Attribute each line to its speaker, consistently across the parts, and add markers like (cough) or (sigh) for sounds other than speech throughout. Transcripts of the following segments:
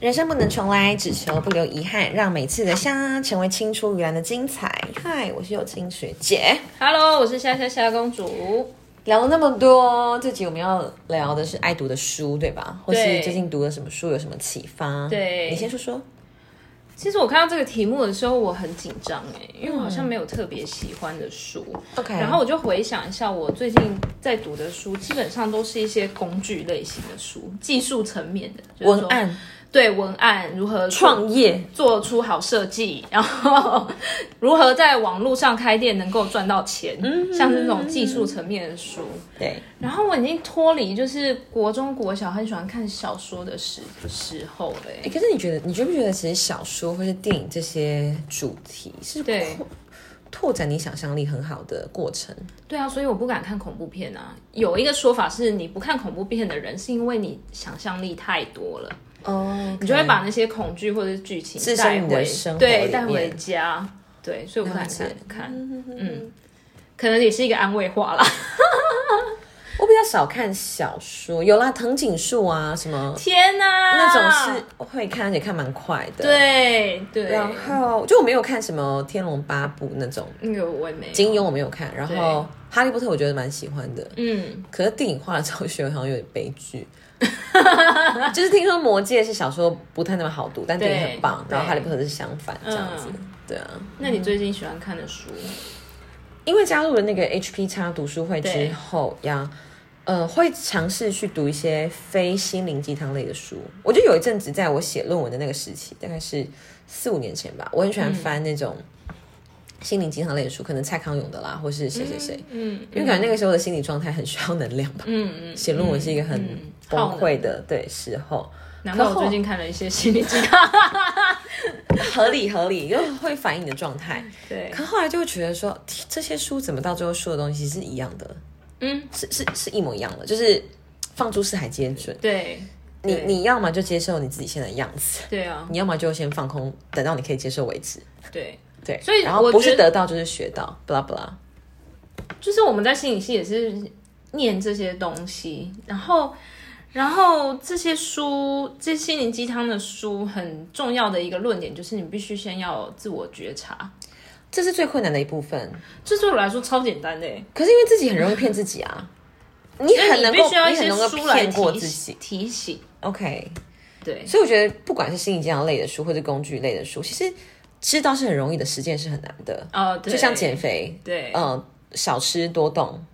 Speaker 1: 人生不能重来，只求不留遗憾，让每次的相成为青出于蓝的精彩。嗨，我是有青学姐。
Speaker 2: Hello，我是夏夏夏公主。
Speaker 1: 聊了那么多，这集我们要聊的是爱读的书，对吧？或是
Speaker 2: 对
Speaker 1: 最近读了什么书，有什么启发？
Speaker 2: 对
Speaker 1: 你先说说。
Speaker 2: 其实我看到这个题目的时候，我很紧张哎，因为我好像没有特别喜欢的书。
Speaker 1: 嗯 OK，
Speaker 2: 然后我就回想一下，我最近在读的书，基本上都是一些工具类型的书，技术层面的、就是
Speaker 1: 文
Speaker 2: 说
Speaker 1: 案、
Speaker 2: 对文案如何
Speaker 1: 嗯创业，
Speaker 2: 做出好设计，然后 (laughs) 如何在网络上开店能够赚到钱，
Speaker 1: 嗯
Speaker 2: 像是这种技术层面的书。
Speaker 1: 对，
Speaker 2: 然后我已经脱离就是国中国小很喜欢看小说的时时候了欸、
Speaker 1: 哎，可是你觉得，你觉不觉得，其实小说或是电影这些主题是
Speaker 2: 对
Speaker 1: 扩拓展你想象力很好的过程？
Speaker 2: 对啊，所以我不敢看恐怖片啊。有一个说法是，你不看恐怖片的人，是因为你想象力太多了，
Speaker 1: 哦，你
Speaker 2: 你就会把那些恐惧或者是剧情
Speaker 1: 置身
Speaker 2: 带
Speaker 1: 于你的
Speaker 2: 回
Speaker 1: 生活
Speaker 2: 对
Speaker 1: 里
Speaker 2: 带回
Speaker 1: 面
Speaker 2: 家。对，所以我不敢
Speaker 1: 了解
Speaker 2: 看看，
Speaker 1: 嗯，
Speaker 2: 可能也是一个安慰话啦。 (laughs)
Speaker 1: 我比较少看小说，有啦，藤井树啊，什么
Speaker 2: 天哪、
Speaker 1: 那种是会看，而且看蛮快的。，
Speaker 2: 对对，
Speaker 1: 然后就我没有看什么《天龙八部》那种，
Speaker 2: 那个我嗯也没有
Speaker 1: 金庸我没有看，然后《哈利波特》我觉得蛮喜欢的，
Speaker 2: 嗯，
Speaker 1: 可是电影化了之后，觉得好像有点悲
Speaker 2: (laughs)
Speaker 1: 剧。就是听说《魔戒》是小说不太那么好读，但电影很棒，
Speaker 2: 对
Speaker 1: 然后《
Speaker 2: 对
Speaker 1: 哈利波特》是相反这样子。
Speaker 2: 嗯
Speaker 1: 对啊，
Speaker 2: 那你最近喜欢看的书？
Speaker 1: 因为加入了那个 HP 叉读书会之
Speaker 2: 对
Speaker 1: 后呀，呃，会尝试去读一些非心灵鸡汤类的书。我就有一阵子，在我写论文的那个时期，大概是四五年前吧，我很喜欢翻那种心灵鸡汤类的书，可能蔡康永的啦，或是谁谁谁，
Speaker 2: 嗯，
Speaker 1: 因为感觉那个时候的心理状态很需要能量吧。
Speaker 2: 嗯嗯，
Speaker 1: 写论文是一个很
Speaker 2: 嗯
Speaker 1: 崩
Speaker 2: 耗能
Speaker 1: 溃的对时
Speaker 2: 嗯
Speaker 1: 候，
Speaker 2: 难怪我最近看了一些心理鸡汤。 (laughs)
Speaker 1: 合理合理，又会反映你的状态。
Speaker 2: 嗯对，
Speaker 1: 可后来就会觉得说，天这些书怎么到最后说的东西是一样的，
Speaker 2: 嗯，
Speaker 1: 是是是一模一样的，就是放诸四海皆准。
Speaker 2: 对，
Speaker 1: 你
Speaker 2: 对
Speaker 1: 你要么就接受你自己现在的样子，
Speaker 2: 对啊，
Speaker 1: 你要么就先放空，等到你可以接受为止。
Speaker 2: 对，
Speaker 1: 对，
Speaker 2: 所以
Speaker 1: 然后
Speaker 2: 我
Speaker 1: 不
Speaker 2: 觉
Speaker 1: 是
Speaker 2: 得
Speaker 1: 得到就是学到，不啦不啦。
Speaker 2: 就是我们在心理系也是念这些东西，然后。然后这些书，这心灵鸡汤的书，很重要的一个论点就是，你必须先要有自我觉察。
Speaker 1: 这是最困难的一部分，
Speaker 2: 这对我来说超简单的耶，
Speaker 1: 可是因为自己很容易骗自己
Speaker 2: (laughs)
Speaker 1: 啊，你很
Speaker 2: 你
Speaker 1: 能
Speaker 2: 必
Speaker 1: 够，
Speaker 2: 须要一
Speaker 1: 你很
Speaker 2: 些
Speaker 1: 能够
Speaker 2: 书来
Speaker 1: 骗过
Speaker 2: 提
Speaker 1: 自
Speaker 2: 醒
Speaker 1: 己。哦
Speaker 2: 提醒。
Speaker 1: OK，
Speaker 2: 对，
Speaker 1: 所以我觉得，不管是心理健康类的书，或者工具类的书，其实知道是很容易的，实践是很难的。
Speaker 2: 哦，对
Speaker 1: 就像减肥，
Speaker 2: 对
Speaker 1: 嗯、少吃多动，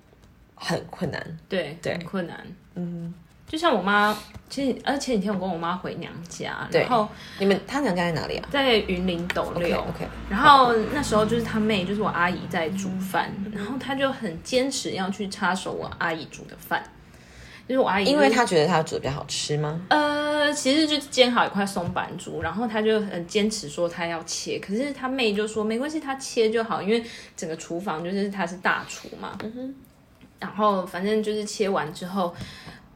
Speaker 1: 很困难。
Speaker 2: 对对，很困难。嗯，就像我妈，其实呃前几天我跟我妈回娘家，然后
Speaker 1: 你们他娘家在哪里啊
Speaker 2: 在云林斗六
Speaker 1: OK，OK
Speaker 2: 然后那时候就是她妹，就是我阿姨在煮饭，然后她就很坚持要去插手我阿姨煮的饭，就是我阿姨就是、
Speaker 1: 因为他觉得他煮的比较好吃吗？
Speaker 2: 呃，其实就煎好一块松板猪，然后他就很坚持说他要切，可是他妹就说没关系，他切就好，因为整个厨房就是他是大厨嘛。然后反正就是切完之后，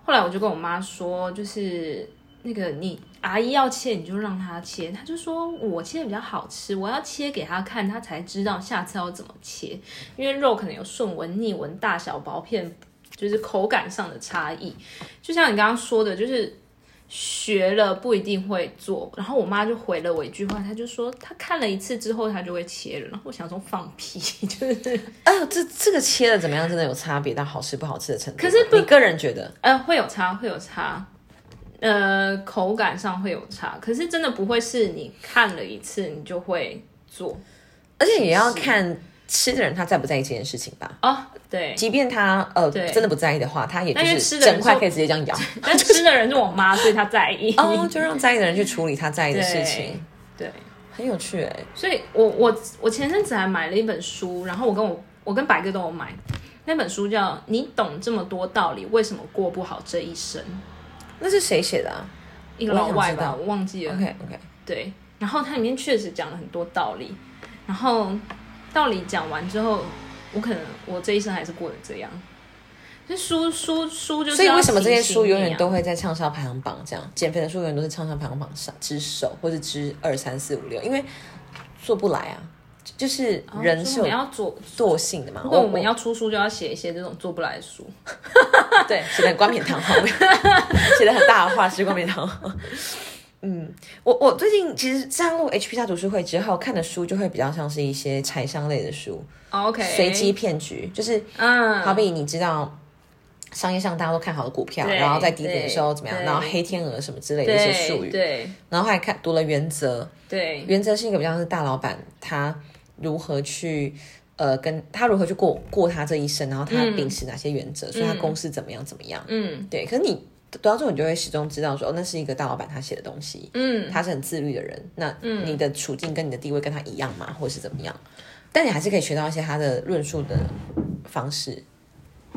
Speaker 2: 后来我就跟我妈说，就是那个你阿姨要切，你就让她切。她就说我切的比较好吃，我要切给她看，她才知道下次要怎么切，因为肉可能有顺纹、逆纹、大小、薄片，就是口感上的差异。就像你刚刚说的，就是学了不一定会做。然后我妈就回了我一句话，她就说她看了一次之后，她就会切了。然后我想说放屁， (laughs) 就是
Speaker 1: 哎呦，这这个切的怎么样，真的有差别到好吃不好吃的程度吗。可
Speaker 2: 是不
Speaker 1: 你个人觉得，
Speaker 2: 呃会有差，会有差。呃，口感上会有差，可是真的不会是你看了一次你就会做
Speaker 1: 而且也要看吃的人他在不在意这件事情吧。
Speaker 2: 哦。 (laughs) 对，
Speaker 1: 即便他呃
Speaker 2: 对
Speaker 1: 真的不在意的话，他也就
Speaker 2: 那因为
Speaker 1: 是
Speaker 2: 吃的人
Speaker 1: 整块
Speaker 2: 说
Speaker 1: 可以直接这样 (laughs) 咬。
Speaker 2: 但吃的人是我妈，所以她在意。
Speaker 1: 哦，就让在意的人去处理他在意的事情，
Speaker 2: 对，
Speaker 1: 很有趣哎、
Speaker 2: 所以我我我前阵子还买了一本书，然后我跟我我跟白哥都有买，那本书叫《你懂这么多道理，为什么过不好这一生》，
Speaker 1: 那是谁写的啊
Speaker 2: 一个
Speaker 1: 我也
Speaker 2: 老
Speaker 1: 想
Speaker 2: 外
Speaker 1: 知道
Speaker 2: 吧，我忘记了。
Speaker 1: ？OK OK，
Speaker 2: 对，然后它里面确实讲了很多道理，然后道理讲完之后，我可能我这一生还是过得这样。这书书书就是
Speaker 1: 所以
Speaker 2: 要
Speaker 1: 为什么这些
Speaker 2: 提醒
Speaker 1: 书永
Speaker 2: 你
Speaker 1: 远
Speaker 2: 啊
Speaker 1: 都会在畅销排行榜这样？减肥的书永远都是畅销排行榜上之首，或者之二三四五六，因为做不来啊，就就是人
Speaker 2: 哦
Speaker 1: 哦
Speaker 2: 就是我
Speaker 1: 有
Speaker 2: 们要做，
Speaker 1: 惰性的嘛。
Speaker 2: 如果我们要出书，就要写一些这种做不来的书。
Speaker 1: (laughs) 对写的冠冕堂皇，写的很大的话是冠冕堂皇。嗯我我最近其实加入 HP 大读书会之后，看的书就会比较像是一些财商类的书，
Speaker 2: 哦 OK，
Speaker 1: 随机，骗局，就是
Speaker 2: 嗯，
Speaker 1: 好比你知道商业上大家都看好的股票，
Speaker 2: 对
Speaker 1: 然后在低点的时候怎么样，
Speaker 2: 对
Speaker 1: 然后黑天鹅什么之类的一
Speaker 2: 对
Speaker 1: 些术语，
Speaker 2: 对
Speaker 1: 然后还看读了《原则》，《
Speaker 2: 对
Speaker 1: 原则》是一个比较是大老板他如何去。呃，跟他如何去过过他这一生，然后他秉持哪些原则，所以他公司怎么样怎么样，
Speaker 2: 嗯
Speaker 1: 对。可是你读到这种，你就会始终知道说，哦，那是一个大老板他写的东西，
Speaker 2: 嗯，
Speaker 1: 他是很自律的人，那你的处境跟你的地位跟他一样吗，或是怎么样？但你还是可以学到一些他的论述的方式，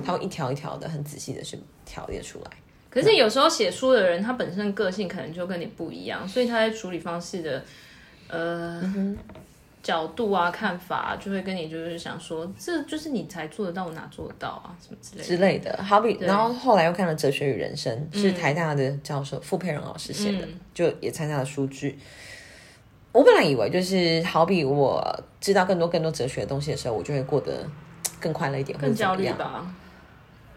Speaker 1: 他会一条一条的很仔细的去条列出来。
Speaker 2: 可是有时候写书的人，他本身个性可能就跟你不一样，所以他在处理方式的呃、角度啊、看法啊、就会跟你就是想说，这就是你才做得到，我哪做得到啊，什么之类的。
Speaker 1: 之类的，好比，然后后来又看了《哲学与人生》，
Speaker 2: 嗯
Speaker 1: 是台大的教授傅佩荣老师写的，就也参加了书剧。我本来以为就是好比我知道更多更多哲学的东西的时候，我就会过得更快乐一点，
Speaker 2: 更焦虑
Speaker 1: 或者怎么样
Speaker 2: 吧？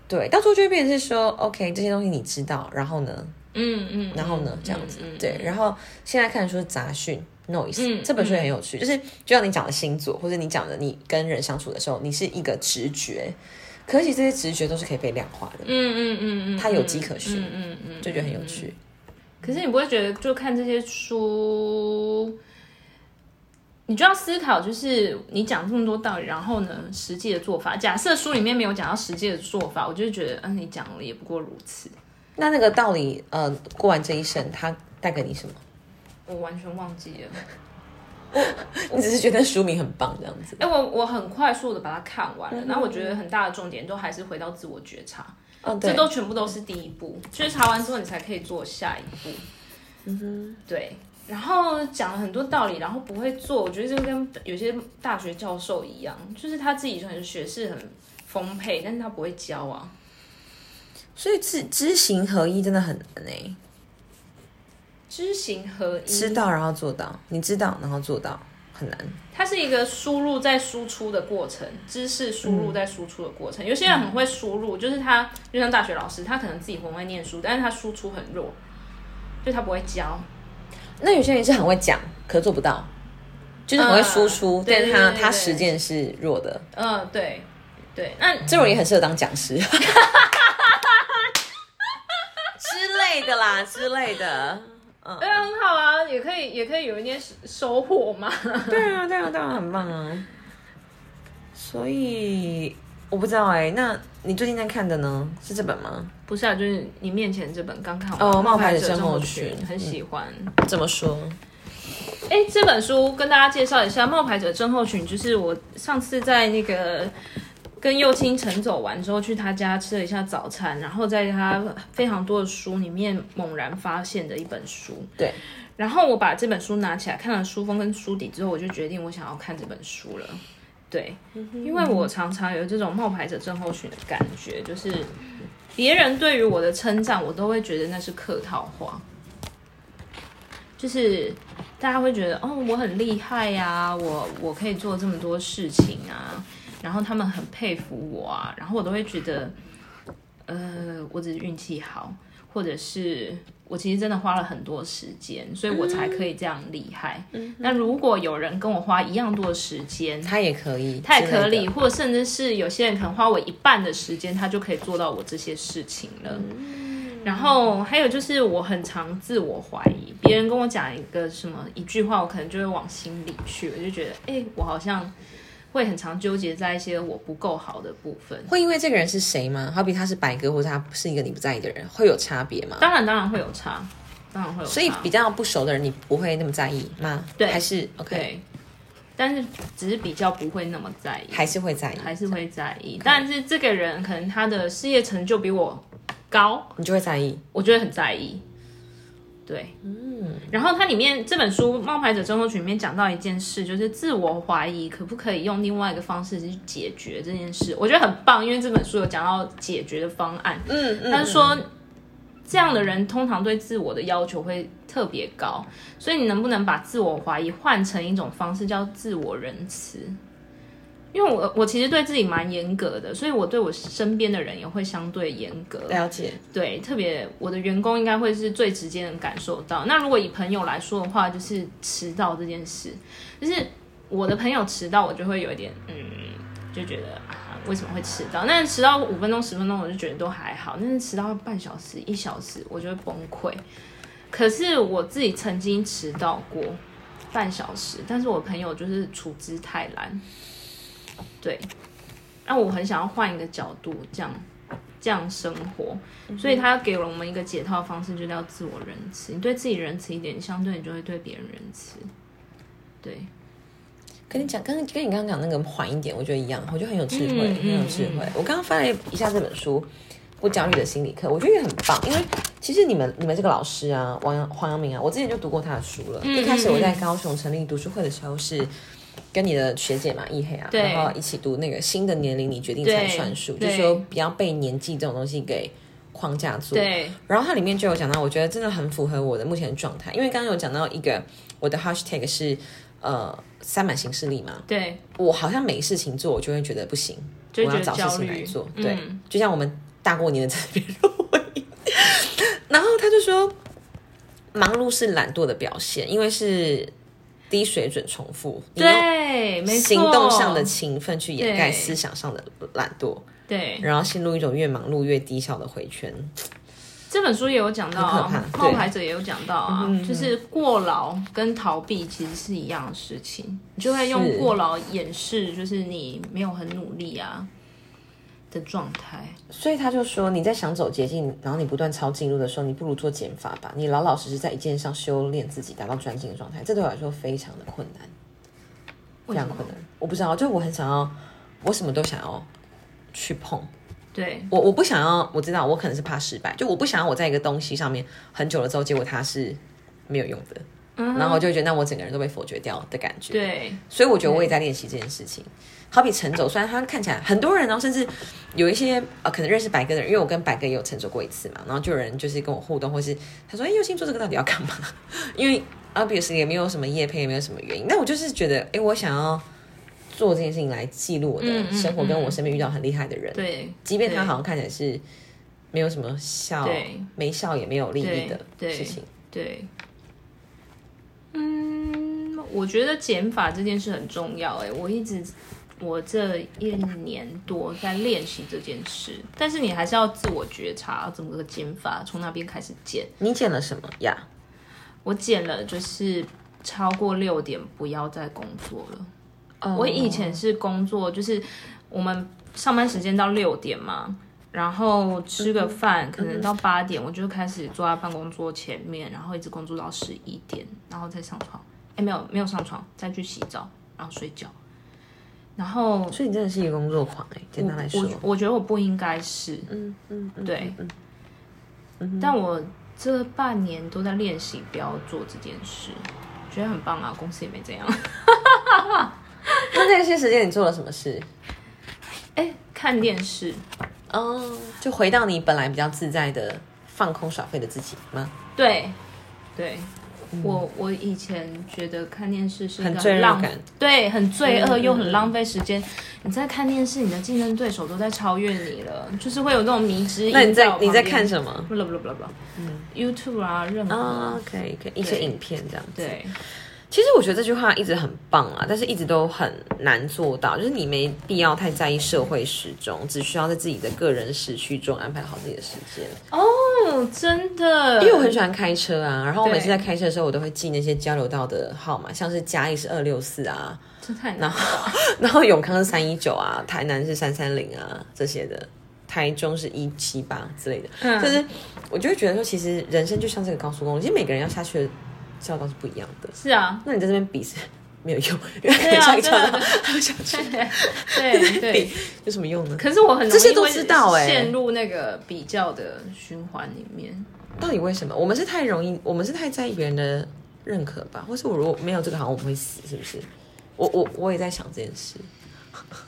Speaker 1: 对，到最后就会变成是说，OK，这些东西你知道，然后呢，
Speaker 2: 嗯嗯。
Speaker 1: 然后呢
Speaker 2: 嗯，
Speaker 1: 这样子
Speaker 2: 嗯、，
Speaker 1: 对。然后现在看的书是杂讯 noise，、
Speaker 2: 嗯
Speaker 1: 这本书也很有趣，就是就像你讲的星座，或者你讲的你跟人相处的时候，你是一个直觉，可是其实这些直觉都是可以被量化的，
Speaker 2: 嗯嗯嗯嗯，
Speaker 1: 它有迹可循
Speaker 2: 嗯嗯嗯，
Speaker 1: 就觉得很有趣。
Speaker 2: 可是你不会觉得，就看这些书，你就要思考，就是你讲这么多道理，然后呢，实际的做法。假设书里面没有讲到实际的做法，我就会觉得，嗯，你讲了也不过如此。
Speaker 1: 那那个道理，呃，过完这一生，它带给你什么？ (laughs)
Speaker 2: 我完全忘记了。
Speaker 1: 你只是觉得书名很棒这样子。
Speaker 2: 哎、我我很快速的把它看完了，然后我觉得很大的重点都还是回到自我觉察，
Speaker 1: 哦，
Speaker 2: 这
Speaker 1: 对，
Speaker 2: 都全部都是第一步，觉察完之后你才可以做下一步。嗯哼，对。然后讲了很多道理，然后不会做，我觉得就跟有些大学教授一样，就是他自己很学识很丰沛，但是他不会教啊。
Speaker 1: 所以知知行合一真的很难诶、
Speaker 2: 知行合一，
Speaker 1: 知道然后做到，你知道然后做到很难。
Speaker 2: 它是一个输入再输出的过程，知识输
Speaker 1: 嗯
Speaker 2: 入再输出的过程。有些人很会输入，就是他就像大学老师，他可能自己很会念书，但是他输出很弱，就他不会教，
Speaker 1: 那有些人是很会讲，可是做不到，就是很会输出，
Speaker 2: 嗯
Speaker 1: 但是他
Speaker 2: 对对对对
Speaker 1: 他实践是弱的。
Speaker 2: 嗯，对，对，那
Speaker 1: 这种人也很适合当讲师， (laughs) 之类的啦，之类的。
Speaker 2: 对啊，很好啊，也可以，也可以有一点收获嘛。
Speaker 1: 对啊，对啊，对啊，很棒啊。所以我不知道哎、那你最近在看的呢？是这本吗？
Speaker 2: (laughs) 不是啊，就是你面前这本刚看完
Speaker 1: 哦
Speaker 2: 《
Speaker 1: 冒牌者
Speaker 2: 者
Speaker 1: 症候
Speaker 2: 群
Speaker 1: 群》，嗯
Speaker 2: 很喜欢。
Speaker 1: 怎么说？
Speaker 2: 哎、这本书跟大家介绍一下，《冒牌者症候群》就是我上次在那个跟右清晨走完之后，去他家吃了一下早餐，然后在他非常多的书里面猛然发现的一本书。
Speaker 1: 对，
Speaker 2: 然后我把这本书拿起来看了书封跟书底之后，我就决定我想要看这本书了。对，因为我常常有这种冒牌者症候群的感觉，就是别人对于我的称赞，我都会觉得那是客套话，就是大家会觉得哦，我很厉害呀、我我可以做这么多事情啊，然后他们很佩服我啊，然后我都会觉得，呃，我只是运气好，或者是我其实真的花了很多时间，所以我才可以这样厉害。那如果有人跟我花一样多的时间，
Speaker 1: 他也可以，
Speaker 2: 太可
Speaker 1: 之类
Speaker 2: 以，
Speaker 1: 的。
Speaker 2: 或者甚至是有些人可能花我一半的时间，他就可以做到我这些事情了。
Speaker 1: 嗯
Speaker 2: 然后还有就是，我很常自我怀疑，别人跟我讲一个什么一句话，我可能就会往心里去，我就觉得，哎、我好像会很常纠结在一些我不够好的部分。
Speaker 1: 会因为这个人是谁吗？好比他是白鸽，或者他是一个你不在意的人，会有差别吗？
Speaker 2: 当然，当然会有差，当然会有差。
Speaker 1: 所以比较不熟的人，你不会那么在意吗？
Speaker 2: 对
Speaker 1: 还是 OK，
Speaker 2: 对，但是只是比较不会那么在意。
Speaker 1: 还是会在意，
Speaker 2: 还是会在意，但是这个人可能他的事业成就比我高，
Speaker 1: 你就会在意。
Speaker 2: 我就会很在意。对，嗯。然后它里面这本书《冒牌者症候群》里面讲到一件事，就是自我怀疑可不可以用另外一个方式去解决这件事，我觉得很棒，因为这本书有讲到解决的方案。
Speaker 1: 嗯嗯
Speaker 2: 他是说，这样的人通常对自我的要求会特别高，所以你能不能把自我怀疑换成一种方式，叫自我仁慈？因为我我其实对自己蛮严格的，所以我对我身边的人也会相对严格。
Speaker 1: 了解，
Speaker 2: 对，特别我的员工应该会是最直接能感受到。那如果以朋友来说的话，就是迟到这件事，就是我的朋友迟到，我就会有一点嗯，就觉得啊，为什么会迟到？但是迟到五分钟、十分钟，我就觉得都还好，但是迟到半小时、一小时，我就会崩溃。可是我自己曾经迟到过半小时，但是我朋友就是处之泰然，对。那我很想要换一个角度，这样这样生活，所以他给了我们一个解套方式，就是要自我仁慈。你对自己仁慈一点，相对你就会对别人仁慈。对，
Speaker 1: 跟你讲，跟跟你刚刚讲那个缓一点，我觉得一样，我觉得很有智慧，
Speaker 2: 嗯
Speaker 1: 很有智慧。我刚刚翻了一下这本书《不焦虑的心理课》，我觉得也很棒，因为其实你们你们这个老师啊，王阳黄阳明啊，我之前就读过他的书
Speaker 2: 嗯
Speaker 1: 了。一开始我在高雄成立读书会的时候是。跟你的学姐嘛，易黑啊，
Speaker 2: 对
Speaker 1: 然后一起读那个新的年龄，你决定才算数，就
Speaker 2: 对
Speaker 1: 说不要被年纪这种东西给框架住。
Speaker 2: 对，
Speaker 1: 然后它里面就有讲到，我觉得真的很符合我的目前的状态，因为刚刚有讲到一个我的 hashtag 是呃塞满行事力嘛，
Speaker 2: 对，
Speaker 1: 我好像没事情做，我就会觉得不行，
Speaker 2: 就
Speaker 1: 我
Speaker 2: 觉
Speaker 1: 要
Speaker 2: 得
Speaker 1: 找事
Speaker 2: 焦
Speaker 1: 情来
Speaker 2: 虑
Speaker 1: 做。。对，
Speaker 2: 嗯，
Speaker 1: 就像我们大过年的这边录音，然后他就说，忙碌是懒惰的表现，因为是低水准重复，你用
Speaker 2: 对，没错，
Speaker 1: 行动上的勤奋去掩盖
Speaker 2: 对
Speaker 1: 思想上的懒惰，
Speaker 2: 对。
Speaker 1: 然后陷入一种越忙碌越低效的回圈。
Speaker 2: 这本书也有讲到
Speaker 1: 很
Speaker 2: 啊，
Speaker 1: 可怕对
Speaker 2: 冒牌者也有讲到啊，就是过劳跟逃避其实是一样的事情，你就会
Speaker 1: 是
Speaker 2: 用过劳掩饰，就是你没有很努力啊的状态。
Speaker 1: 所以他就说，你在想走捷径，然后你不断抄近路的时候，你不如做减法吧。你老老实实在一件上修炼自己，达到专精的状态，这对我来说非常的困难，非
Speaker 2: 为什
Speaker 1: 常
Speaker 2: 么
Speaker 1: 困难。我不知道，就我很想要，我什么都想要去碰。
Speaker 2: 对，
Speaker 1: 我我不想要，我知道我可能是怕失败，就我不想要我在一个东西上面很久了之后，结果它是没有用的，
Speaker 2: 嗯
Speaker 1: 然后我就会觉得那我整个人都被否决掉的感觉。
Speaker 2: 对，
Speaker 1: 所以我觉得我也
Speaker 2: 嗯
Speaker 1: 在练习这件事情。好比陈走，虽然他看起来很多人哦，然后甚至有一些呃，可能认识白哥的人，因为我跟白哥也有陈走过一次嘛，然后就有人就是跟我互动，或是他说：“哎、佑兴做这个到底要干嘛？” (laughs) 因为 obviously 也没有什么业配，也没有什么原因，但我就是觉得，哎、我想要做这件事情来记录我
Speaker 2: 嗯
Speaker 1: 的
Speaker 2: 嗯
Speaker 1: 生活，跟
Speaker 2: 嗯
Speaker 1: 我身边遇到很厉害的人，
Speaker 2: 对，
Speaker 1: 即便他
Speaker 2: 对
Speaker 1: 好像看起来是没有什么效
Speaker 2: 对，
Speaker 1: 没效也没有利益的
Speaker 2: 对对
Speaker 1: 事情。
Speaker 2: 对，嗯，我觉得减法这件事很重要、欸。哎，我一直我这一年多在练习这件事，但是你还是要自我觉察怎么个减法，从哪边开始减。
Speaker 1: 你减了什么呀？
Speaker 2: 我减了就是超过六点不要再工作了。哦
Speaker 1: 嗯
Speaker 2: 我以前是工作，就是我们上班时间到六点嘛，然后吃个饭，
Speaker 1: 嗯
Speaker 2: 可能到八点，我就开始坐在办公桌前面，然后一直工作到十一点，然后再上床。哎，没有没有上床，再去洗澡，然后睡觉。然后
Speaker 1: 哦所以你真的是一个工作狂哎、简单来说
Speaker 2: 我，我觉得我不应该是，
Speaker 1: 嗯嗯，嗯
Speaker 2: 对，嗯但我这半年都在练习不要做这件事，觉得很棒啊，公司也没这样。
Speaker 1: 那这些时间你做了什么事？
Speaker 2: 哎，看电视，
Speaker 1: 哦，就回到你本来比较自在的放空耍废的自己吗？
Speaker 2: 对，对。我我以前觉得看电视是一个
Speaker 1: 嗯很罪恶
Speaker 2: 浪
Speaker 1: 感嗯
Speaker 2: 对，很罪恶又很浪费时间。你在看电视，你的竞争对手都在超越你了，就是会有那种迷之音。
Speaker 1: 那你在你在看什么？嗯
Speaker 2: 不啦不啦不啦不啦，YouTube 啊，任何
Speaker 1: 啊、
Speaker 2: 啊
Speaker 1: 可以可以，一些影片这样子。
Speaker 2: 对
Speaker 1: 其实我觉得这句话一直很棒啊，但是一直都很难做到，就是你没必要太在意社会时钟，只需要在自己的个人时区中安排好自己的时间。
Speaker 2: 哦，真的，
Speaker 1: 因为我很喜欢开车啊，然后我每次在
Speaker 2: 对
Speaker 1: 开车的时候，我都会记那些交流道的号码，像是嘉义是二六四啊，
Speaker 2: 这太难了。
Speaker 1: (laughs) 然后永康是三一九啊，台南是三三零啊这些的，台中是一七八之类的，
Speaker 2: 嗯
Speaker 1: 就是我就会觉得说，其实人生就像这个高速公路，其实每个人要下去的交道是不一样的。(laughs)
Speaker 2: 是啊，
Speaker 1: 那你在这边比是没有用，因为
Speaker 2: 对啊
Speaker 1: 上一个交
Speaker 2: 真的
Speaker 1: 道
Speaker 2: 真的
Speaker 1: 还要下去，
Speaker 2: (laughs)
Speaker 1: (laughs)
Speaker 2: 对对
Speaker 1: 比。有什么用呢？
Speaker 2: 可是我很容易
Speaker 1: 这些都
Speaker 2: 会
Speaker 1: 知道欸
Speaker 2: 陷入那个比较的循环里面。
Speaker 1: 到底为什么？我们是太容易，我们是太在意别人的认可吧？或是我如果没有这个，好像我们会死，是不是？我我我也在想这件事。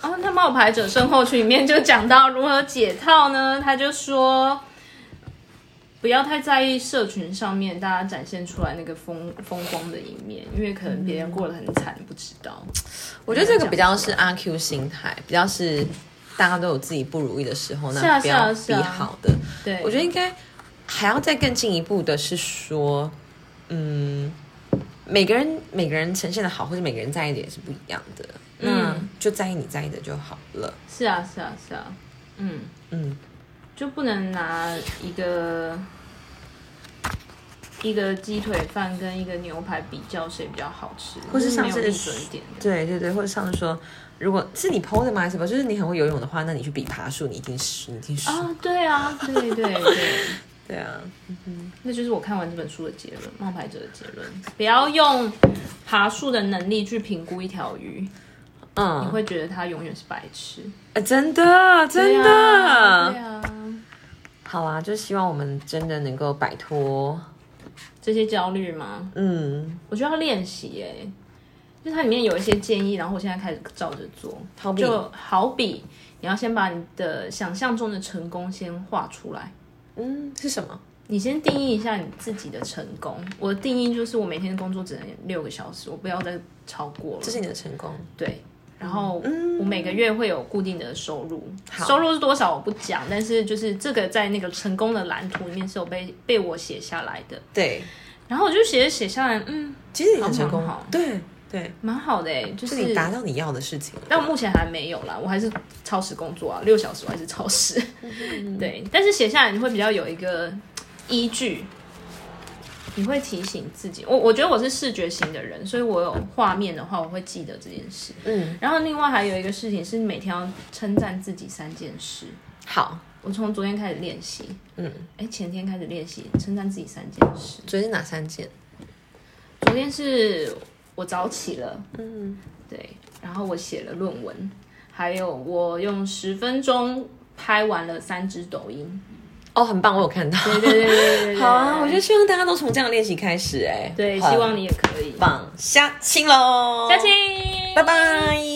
Speaker 2: 哦，那冒牌者症候群里面就讲到如何解套呢？他就说，不要太在意社群上面大家展现出来那个风风光的一面，因为可能别人过得很惨，不知道。
Speaker 1: 我觉得这个比较是阿 Q 心态，比较是大家都有自己不如意的时候，
Speaker 2: 是啊
Speaker 1: 那不
Speaker 2: 是
Speaker 1: 要
Speaker 2: 啊是
Speaker 1: 比
Speaker 2: 啊
Speaker 1: 好的。
Speaker 2: 对，
Speaker 1: 我觉得应该还要再更进一步的是说，嗯，每个人每个人呈现的好，或者每个人在意的也是不一样的。那
Speaker 2: 嗯
Speaker 1: 就在意你在意的就好了。
Speaker 2: 是啊，是啊，是啊，嗯，
Speaker 1: 嗯，
Speaker 2: 就不能拿一个一个鸡腿饭跟一个牛排比较谁比较好吃，
Speaker 1: 或是
Speaker 2: 没
Speaker 1: 上
Speaker 2: 有
Speaker 1: 次
Speaker 2: 一准点的。
Speaker 1: 对对对，或者上次说，如果是你 PO 的吗？还是什么？就是你很会游泳的话，那你去比爬树，你一定是，你一定是。
Speaker 2: 啊，对啊，对对对，
Speaker 1: 对啊，
Speaker 2: 那就是我看完这本书的结论，《冒牌者》的结论。不要用爬树的能力去评估一条鱼，你
Speaker 1: 嗯，
Speaker 2: 会觉得它永远是白痴。
Speaker 1: 呃真的真的。
Speaker 2: 对啊，对啊
Speaker 1: 好啦，就希望我们真的能够摆脱，
Speaker 2: 这些焦虑吗？
Speaker 1: 嗯，
Speaker 2: 我觉得要练习耶、就它里面有一些建议，然后我现在开始照着做。
Speaker 1: 好比
Speaker 2: 就好比你要先把你的想象中的成功先画出来，
Speaker 1: 嗯是什么？
Speaker 2: 你先定义一下你自己的成功。我的定义就是我每天的工作只能六个小时，我不要再超过了
Speaker 1: 这。是你的成功。
Speaker 2: 对，然后我每个月会有固定的收入，
Speaker 1: 好
Speaker 2: 收入是多少我不讲，但是就是这个在那个成功的蓝图里面是有被被我写下来的。
Speaker 1: 对，
Speaker 2: 然后我就写写下来，嗯，
Speaker 1: 其实你很成功，
Speaker 2: 好好好
Speaker 1: 对对，
Speaker 2: 蛮好的哎、就是是
Speaker 1: 你达到你要的事情了。
Speaker 2: 但我目前还没有啦，我还是超时工作啊，六小时我还是超时。
Speaker 1: 嗯
Speaker 2: 对，但是写下来你会比较有一个依据，你会提醒自己。我我觉得我是视觉型的人，所以我有画面的话，我会记得这件事。
Speaker 1: 嗯，
Speaker 2: 然后另外还有一个事情是每天要称赞自己三件事。
Speaker 1: 好，
Speaker 2: 我从昨天开始练习，
Speaker 1: 嗯，
Speaker 2: 哎，前天开始练习称赞自己三件事。
Speaker 1: 昨天是哪三件？
Speaker 2: 昨天是我早起了，嗯，对，然后我写了论文，还有我用十分钟拍完了三支抖音，
Speaker 1: 哦，很棒，我有看到。
Speaker 2: 对对对对对，
Speaker 1: (laughs) 好啊，我就希望大家都从这样的练习开始、哎，
Speaker 2: 对，
Speaker 1: 很
Speaker 2: 希望你也可以，
Speaker 1: 棒，下青喽，
Speaker 2: 嘉庆，
Speaker 1: 拜拜。